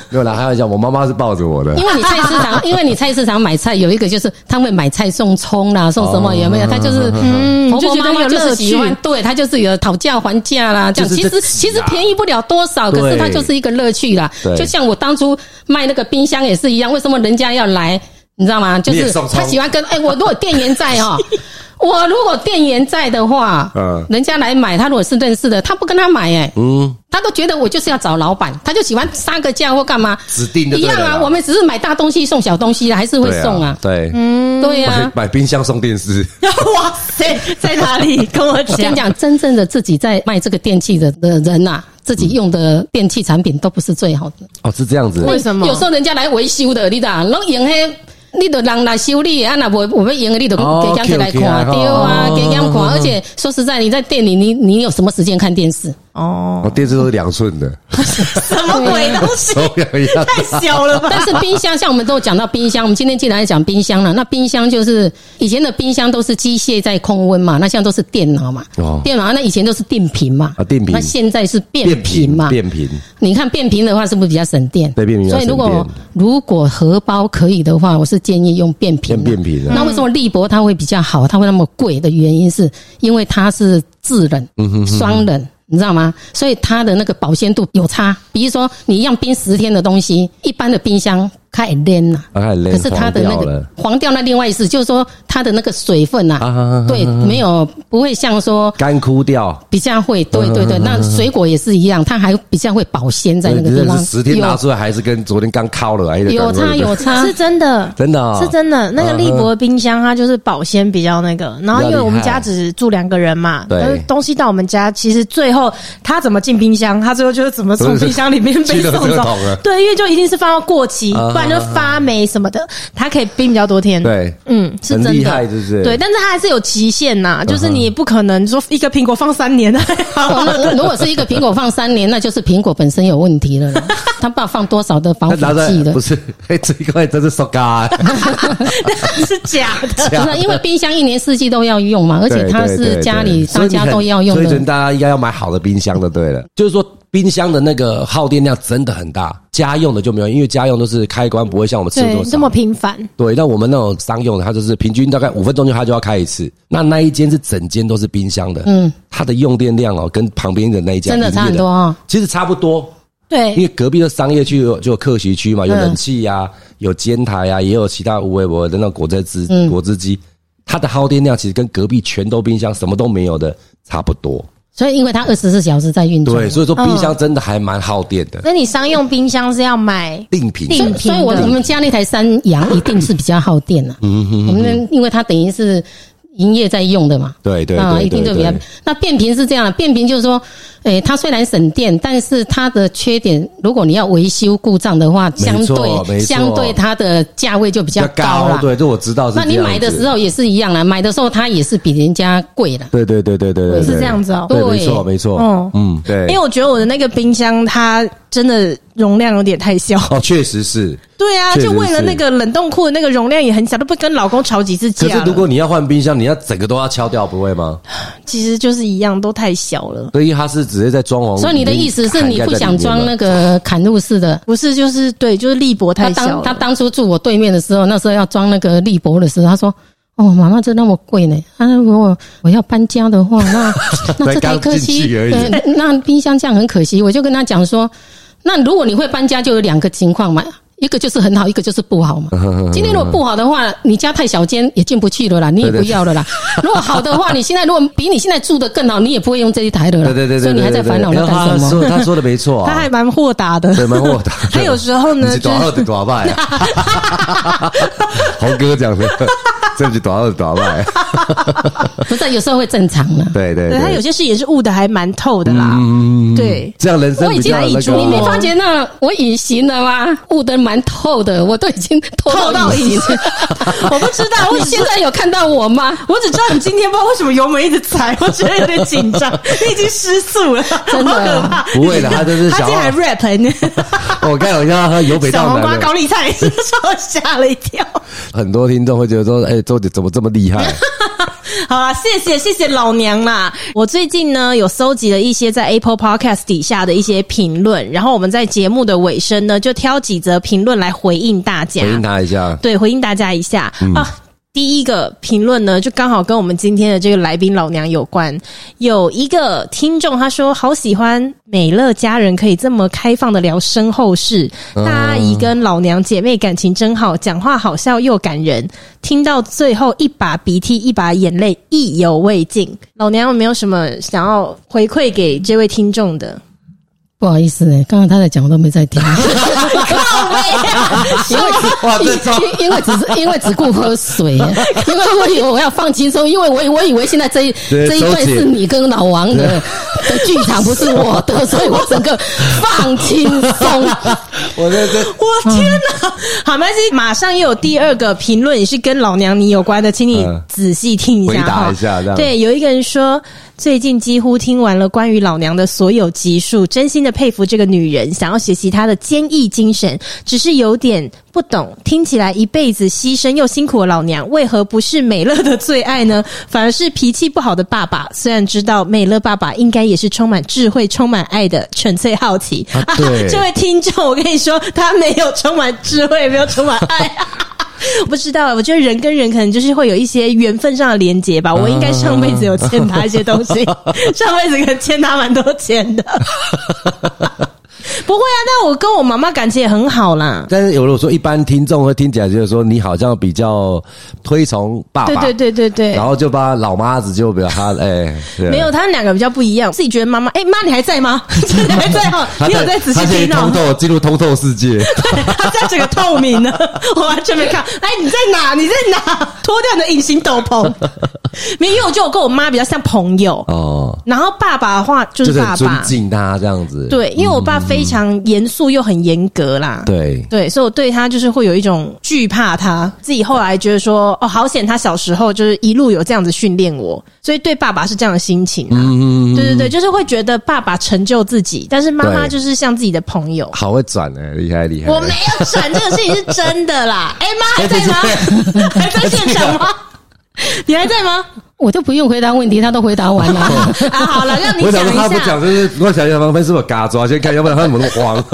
Speaker 2: 没有啦，开玩笑，我妈妈是抱着我的
Speaker 3: 因。为你菜市 场，因为你菜市场买菜有一个就是他们买菜送葱啦，送
Speaker 2: 哦
Speaker 3: 什么有没有？他就是
Speaker 1: 嗯
Speaker 3: 婆婆妈妈
Speaker 1: 就觉得有
Speaker 3: 就
Speaker 1: 乐
Speaker 3: 是
Speaker 1: 趣
Speaker 3: 喜欢，对他就是有讨价还价啦，这样
Speaker 2: 就是
Speaker 3: 其
Speaker 2: 这
Speaker 3: 实
Speaker 2: 个
Speaker 3: 其实
Speaker 2: 啊
Speaker 3: 便宜不了多少，可
Speaker 2: 对
Speaker 3: 是它就是一个乐趣啦
Speaker 2: 对。
Speaker 3: 就像我当初卖那个冰箱也是一样，为什么人家要来？你知道吗？就
Speaker 2: 你也
Speaker 3: 是
Speaker 2: 送葱
Speaker 3: 他喜欢跟哎，我如果店员 在哦。我如果店员在的话，
Speaker 2: 嗯
Speaker 3: 人家来买，他如果是认识的，他不跟他买、哎，
Speaker 2: 嗯，
Speaker 3: 他都觉得我就是要找老板，他就喜欢杀个价或干嘛，
Speaker 2: 指定就
Speaker 3: 一
Speaker 2: 对了
Speaker 3: 样
Speaker 2: 啦
Speaker 3: 啊。我们只是买大东西送小东西啦，还是会送啊。
Speaker 2: 对，嗯
Speaker 3: 对啊呀、
Speaker 2: 买买冰箱送电视。
Speaker 1: 哇塞，在哪里？跟我
Speaker 3: 我跟
Speaker 1: 讲
Speaker 3: 你。讲，真正的自己在卖这个电器的的人呐、自己用的电器产品都不是最好的。
Speaker 2: 哦，是这样子。
Speaker 1: 为什么
Speaker 3: 有时候人家来维修的，你咋拢用迄？你都人来修理啊！那我我们用的，你都
Speaker 2: 哦
Speaker 3: 给人家来
Speaker 2: OK，OK，啊
Speaker 3: 看，对啊，
Speaker 2: 哦
Speaker 3: 给人家
Speaker 2: 哦
Speaker 3: 看。而且说实在，你在店里，你你有什么时间看电视？
Speaker 1: 哦
Speaker 2: 哦，，电视都是两寸 的，
Speaker 1: 什么鬼东西
Speaker 2: 手？表一样。
Speaker 1: 太小了吧？
Speaker 3: 但是冰箱，像我们都有讲到冰箱，我们今天既然讲冰箱了，那冰箱就是以前的冰箱都是机械在控温嘛，那现在都是电脑嘛，
Speaker 2: 哦
Speaker 3: 电脑那以前都是定频嘛，
Speaker 2: 啊定频
Speaker 3: 那现在是变频嘛，
Speaker 2: 变频变频
Speaker 3: 你看变频的话是不是比较省电？
Speaker 2: 对变频比较
Speaker 3: 所以如
Speaker 2: 省
Speaker 3: 果
Speaker 2: 电
Speaker 3: 如果荷包可以的话，我是建议用变频、
Speaker 2: 用变频啊
Speaker 3: 那为什么利博它会比较好，它会那么贵的原因是因为它是制冷、
Speaker 2: 嗯
Speaker 3: 双冷。你知道吗？所以它的那个保鲜度有差。比如说，你一样冰十天的东西，一般的冰箱它也扔了，
Speaker 2: 啊它也冷
Speaker 3: 可是它的那
Speaker 2: 黄掉
Speaker 3: 个
Speaker 2: 了
Speaker 3: 黄掉那另外一事就是说它的那个水分呐、
Speaker 2: 啊啊啊啊
Speaker 3: 对，没有不会像说
Speaker 2: 干枯掉，
Speaker 3: 比较会，对对
Speaker 2: 嗯
Speaker 3: 对，那水果也是一样，它还比较会保鲜在那个
Speaker 2: 真
Speaker 3: 地
Speaker 2: 的
Speaker 3: 方。
Speaker 2: 是十天拿出来还是跟昨天刚烤了，还是
Speaker 3: 有有
Speaker 2: 刚
Speaker 3: 差有差
Speaker 1: 是，真的，
Speaker 2: 真的哦
Speaker 1: 是真的。那个利博冰箱它就是保鲜比较那个，然后因为我们家只住两个人嘛，
Speaker 2: 对
Speaker 1: 但是东西到我们家，其实最后他 怎么进冰箱，他最后就是怎么从冰箱里面被
Speaker 2: 去垃圾
Speaker 1: 送走
Speaker 2: 桶了。
Speaker 1: 对，因为就一定是放到过期，
Speaker 2: 啊
Speaker 1: 不然就是发霉什么的，它可以冰比较多天。
Speaker 2: 对
Speaker 1: 嗯，是
Speaker 2: 很
Speaker 1: 真的，
Speaker 2: 厉害是不是嗯
Speaker 1: 对，但是它还是有极限呐、就是你也不可能说一个苹果放三 年。啊
Speaker 3: 哦那如果是一个苹果放三年，那就是苹果本身有问题 了啦。他不知道放多少的防腐
Speaker 2: 他拿
Speaker 3: 剂
Speaker 2: 着
Speaker 3: 了
Speaker 2: 不，是， 哎，这一块真是啊手嘎，
Speaker 1: 是假的。
Speaker 3: 不是因为冰箱一年四季都要用 嘛，而且它
Speaker 2: 啊对对
Speaker 3: 是
Speaker 2: 对
Speaker 3: 家
Speaker 2: 对
Speaker 3: 里
Speaker 2: 所
Speaker 3: 大
Speaker 2: 以你
Speaker 3: 家
Speaker 2: 很
Speaker 3: 都要用
Speaker 2: 所以觉得
Speaker 3: 的。
Speaker 2: 大家应该要买好的冰箱的。对了，就是说冰箱的那个耗电量真的很大，家用的就没有，因为家用都是开关，不会像我们吃多
Speaker 1: 对，
Speaker 2: 少
Speaker 1: 这么频繁，
Speaker 2: 对，那我们那种商用的，它就是平均大概五分钟就它就要开一次。那那一间是整间都是冰箱的，嗯，它的用电量哦，跟旁边的那一家
Speaker 3: 真的
Speaker 2: 一
Speaker 3: 差
Speaker 2: 样
Speaker 3: 很多哦
Speaker 2: 其实差不多。因
Speaker 1: 对
Speaker 2: 为隔壁的商业区有就有客席区嘛，有
Speaker 3: 嗯
Speaker 2: 冷气呀、有煎台呀、也有其他无微博的那种果汁机、
Speaker 3: 嗯
Speaker 2: 果汁机，它的耗电量其实跟隔壁全都冰箱什么都没有的差不多。
Speaker 3: 所以因为它二十四小时在运转，
Speaker 2: 对，所以说冰箱真的还蛮耗电的，
Speaker 1: 那你商用冰箱是要买
Speaker 2: 定频
Speaker 1: 定
Speaker 3: 所以我
Speaker 1: 平的
Speaker 3: 我们家那台三阳一定是比较耗电了、
Speaker 2: 嗯
Speaker 3: 我们因为它等于是营业在用的嘛，
Speaker 2: 对对
Speaker 3: 啊，
Speaker 2: 对
Speaker 3: 一定就比较
Speaker 2: 对对。
Speaker 3: 那变频是这样的，变频就是说，诶、它虽然省电，但是它的缺点，如果你要维修故障的话，
Speaker 2: 错
Speaker 3: 相
Speaker 2: 没
Speaker 3: 对
Speaker 2: 错
Speaker 3: 相对它的价位就比较高了。
Speaker 2: 对，这我知道是这
Speaker 3: 那
Speaker 2: 样子。
Speaker 3: 你买的时候也是一样啦，买的时候它也是比人家贵啦。
Speaker 2: 对，对对对对对对，
Speaker 1: 是这样子哦
Speaker 2: 对，
Speaker 3: 对哦
Speaker 2: 没错没错，嗯
Speaker 1: 嗯
Speaker 2: 嗯，对，
Speaker 1: 因为我觉得我的那个冰箱它真的容量有点太 小。
Speaker 2: 哦，确实是。
Speaker 1: 对啊，
Speaker 2: 确实
Speaker 1: 就为了那个冷冻库的那个容量也很小，都不跟老公吵几次
Speaker 2: 可
Speaker 1: 架
Speaker 2: 是
Speaker 1: 了。
Speaker 2: 如果你要换冰箱，你要整个都要敲掉，不会吗？
Speaker 1: 其实就是一样，都太小了。
Speaker 2: 所以它是直接在装潢。
Speaker 3: 所以你的意思是你不想装那
Speaker 2: 个？
Speaker 3: 个砍入式的？
Speaker 1: 不是，就是对，就是力博
Speaker 3: 他
Speaker 1: 太小
Speaker 3: 当
Speaker 1: 了。
Speaker 3: 他当初住我对面的时候，那时候要装那个立博的时候，他说：“哦，妈妈，这那么贵呢。啊，如果我要搬家的话， 那那这台
Speaker 2: 刚
Speaker 3: 客
Speaker 2: 进
Speaker 3: 机
Speaker 2: 去而已
Speaker 3: 呃，那冰箱这样很可惜。”我就跟他讲说：“那如果你会搬家，就有两个情况嘛。”一个就是很好，一个就是不好嘛。 今天如果不好的话，你家太小间也进不去了啦，你也不要了啦。如果好的话，你现在如果比你现在住的更好，你也不会用这一台的了啦。
Speaker 2: 对对对对，
Speaker 3: 所以你还在
Speaker 2: 对对
Speaker 3: 烦恼
Speaker 2: 对对
Speaker 3: 那干
Speaker 2: 他
Speaker 3: 什么？
Speaker 2: 说他说的没错 啊，
Speaker 1: 他还蛮豁达的，
Speaker 2: 对蛮豁达的
Speaker 1: 他有时候呢，
Speaker 2: 你是
Speaker 1: 就
Speaker 2: 多少
Speaker 1: 是
Speaker 2: 的多卖啊？ 豪哥讲的，这不是多少的多卖？
Speaker 3: 不是，有时候会正常了。
Speaker 2: 对对
Speaker 1: 对他有些事也是悟的还蛮透的啦。
Speaker 2: 嗯
Speaker 1: 对
Speaker 2: 这样人生
Speaker 1: 我已
Speaker 2: 比
Speaker 1: 经
Speaker 2: 较
Speaker 1: 难以
Speaker 2: 那
Speaker 1: 捉
Speaker 2: 个哦
Speaker 1: 摸
Speaker 3: 你没发觉那我隐形了吗？雾的蛮透的，我都已经透
Speaker 1: 透到
Speaker 3: 到隐
Speaker 1: 隐
Speaker 3: 形
Speaker 1: 形。我不知道，我
Speaker 3: 你
Speaker 1: 只
Speaker 3: 现
Speaker 1: 是
Speaker 3: 在有看到我吗？
Speaker 1: 我只知道你今天不知道为什么油门一直踩，我觉得有点紧张，你已经失速了，
Speaker 3: 真的
Speaker 1: 好可怕。
Speaker 2: 不会的，他就是
Speaker 1: 他
Speaker 2: 想
Speaker 1: 今天还
Speaker 2: 要。
Speaker 1: rap 呢，
Speaker 2: 我刚有让他由北
Speaker 1: 小
Speaker 2: 到
Speaker 1: 黄瓜
Speaker 2: 南
Speaker 1: 高
Speaker 2: 的，
Speaker 1: 丽菜， 我吓了一跳。
Speaker 2: 很多听众会觉得说：“哎，周姐怎么这么厉
Speaker 3: 啊
Speaker 2: 害
Speaker 1: 好啦，谢谢谢谢老娘啦！我最近呢有搜集了一些在 Apple Podcast 底下的一些评论，然后我们在节目的尾声呢，就挑几则评论来回应大？”家。
Speaker 2: 回应他一下，
Speaker 1: 对，回应大家一下、啊。第一个评论呢，就刚好跟我们今天的这个来宾老娘有关。有一个听众他说，好喜欢美乐家人可以这么开放的聊身后事，大阿姨跟老娘姐妹感情真好，讲话好笑又感人，听到最后一把鼻涕一把眼泪，意犹未尽。老娘有没有什么想要回馈给这位听众的？
Speaker 3: 不好意思、欸，刚刚他在讲，我都没在听。 因为
Speaker 2: 哇这招
Speaker 3: 因因为只是因为只顾喝 水、因为我以为我要放轻松，因为我我以为现在这一
Speaker 2: 对
Speaker 3: 这一
Speaker 2: 周
Speaker 3: 段
Speaker 2: 姐
Speaker 3: 是你跟老王的的剧场，不是我 的，所以我整个放轻松。
Speaker 2: 我在这
Speaker 1: 我天哪！好，没关系，马上又有第二个评论也是跟老娘你有关的，请你
Speaker 2: 嗯
Speaker 1: 仔细听一
Speaker 2: 回
Speaker 1: 下
Speaker 2: 答
Speaker 1: 哈
Speaker 2: 一下这样
Speaker 1: 对，有一个人说，最近几乎听完了关于老娘的所有集数，真心的佩服这个女人，想要学习她的坚毅精神，只是有点不懂，听起来一辈子牺牲又辛苦的老娘，为何不是美乐的最爱呢？ 反而是脾气不好的爸爸。虽然知道美乐爸爸应该也是充满智慧、充满爱的纯粹好奇，
Speaker 2: 啊对
Speaker 1: 这位听众，我跟你说，他没有充满智慧，没有充满 爱。我不知道，我觉得人跟人可能就是会有一些缘分上的连接吧。我应该上辈子有欠他一些东 西，上辈子可能欠他蛮多钱的。不会啊，那我跟我妈妈感情也很好啦。
Speaker 2: 但是有如果说一般听众会听起来就是说你好像比较推崇爸
Speaker 1: 对
Speaker 2: 爸，
Speaker 1: 对对对对
Speaker 2: 然，后就把老妈子就比较他哎，对
Speaker 1: 没有，他们两个比较不一样。自己觉得妈妈，哎、妈你还在 吗？你还在哦，
Speaker 2: 他
Speaker 1: 你有在仔细
Speaker 2: 他现
Speaker 1: 听
Speaker 2: 在
Speaker 1: 哦
Speaker 2: 通。透进入通透世 界，
Speaker 1: 对，他在整个透明的， 我完全没看。哎，你在哪？你在哪？脱掉你的隐形斗篷。没有，因为我觉得我跟我妈比较像朋友，
Speaker 2: 哦，
Speaker 1: 然后爸爸的话就
Speaker 2: 就是是
Speaker 1: 爸
Speaker 2: 很尊
Speaker 1: 爸。
Speaker 2: 敬他这样子。
Speaker 1: 对，因为我爸非常常严肃又很严格啦。
Speaker 2: 对，
Speaker 1: 对，所以我对他就是会有一种惧怕他，自己后来觉得说，哦，好险他小时候就是一路有这样子训练我，所以对爸爸是这样的心情啊。
Speaker 2: 嗯，
Speaker 1: 对对对，就是会觉得爸爸成就自己，但是妈妈
Speaker 2: 对
Speaker 1: 就是像自己的朋友。
Speaker 2: 好会转哎，厉害厉害。
Speaker 1: 我没有转这个事情是真的 啦。哎、妈还在吗？ 还在现场吗？你还在吗？
Speaker 3: 我就不用回答问题，他都回答 完了。
Speaker 1: 啊，好了，让你
Speaker 2: 我
Speaker 1: 讲
Speaker 2: 想说
Speaker 1: 一
Speaker 2: 他不
Speaker 1: 下
Speaker 2: 讲，。就是我想想，旁边是不是有嘎抓？先看，要不然他怎么那 么慌？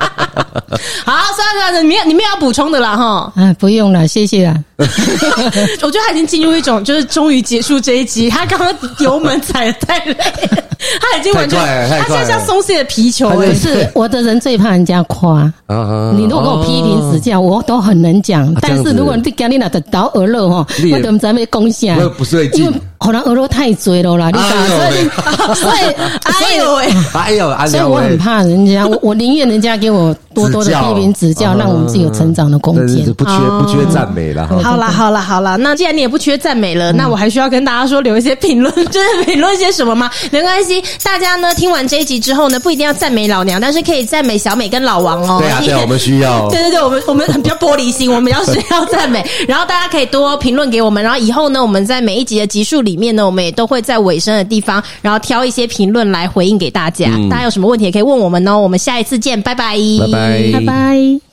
Speaker 1: 好，算了算了，你没有你没有要补充的啦 哈。
Speaker 3: 啊，不用了，谢谢啊。
Speaker 1: 我觉得他已经进入一种就是终于结束这一集，他刚刚油门踩的太累了，他已经完全
Speaker 2: 太快了太
Speaker 1: 他
Speaker 2: 快
Speaker 1: 现
Speaker 2: 了
Speaker 1: 在像松懈的皮球
Speaker 2: 他
Speaker 1: 哎、
Speaker 2: 就
Speaker 3: 哦就是我的人最怕人家夸。
Speaker 2: 啊啊
Speaker 3: 你如果跟我批评指教，我都很能讲。
Speaker 2: 这样
Speaker 3: 但
Speaker 2: 子
Speaker 3: 是如果你讲你那的倒鹅肉吼，
Speaker 2: 你也
Speaker 3: 我怎么才被攻下
Speaker 2: 哦我也？不对劲
Speaker 3: 因为可能鹅肉太追了啦，你知
Speaker 2: 哎呦
Speaker 3: 道？所以
Speaker 2: 喂
Speaker 3: 你，所 以，
Speaker 1: 哎呦喂，
Speaker 2: 哎呦，安
Speaker 3: 所以
Speaker 2: 良
Speaker 3: 我
Speaker 2: 喂
Speaker 3: 很怕人家，我我宁愿人家给我多多的批评指教，让我们自己有成长的空
Speaker 2: 但
Speaker 3: 间
Speaker 2: 啊
Speaker 3: 哦
Speaker 2: 是。不缺不缺赞美了哈。
Speaker 1: 好啦，好啦，好啦，那既然你也不缺赞美
Speaker 2: 嗯
Speaker 1: 了，那我还需要跟大家说留一些评论，就是评论些什么吗？ 没关系，大家呢听完这一集之后呢，不一定要赞美老娘，但是可以赞美小美跟老王哦。
Speaker 2: 对啊，对啊，我们需要
Speaker 1: 对对对，我们我们很比较玻璃心，我们要是要赞美，然后大家可以多评论给我们，然后以后呢，我们在每一集的集数里面呢，我们也都会在尾声的地方，然后挑一些评论来回应给大家。大家有什么问题也可以问我们哦，我们下一次见，拜拜，
Speaker 2: 嗯拜拜
Speaker 3: 拜拜。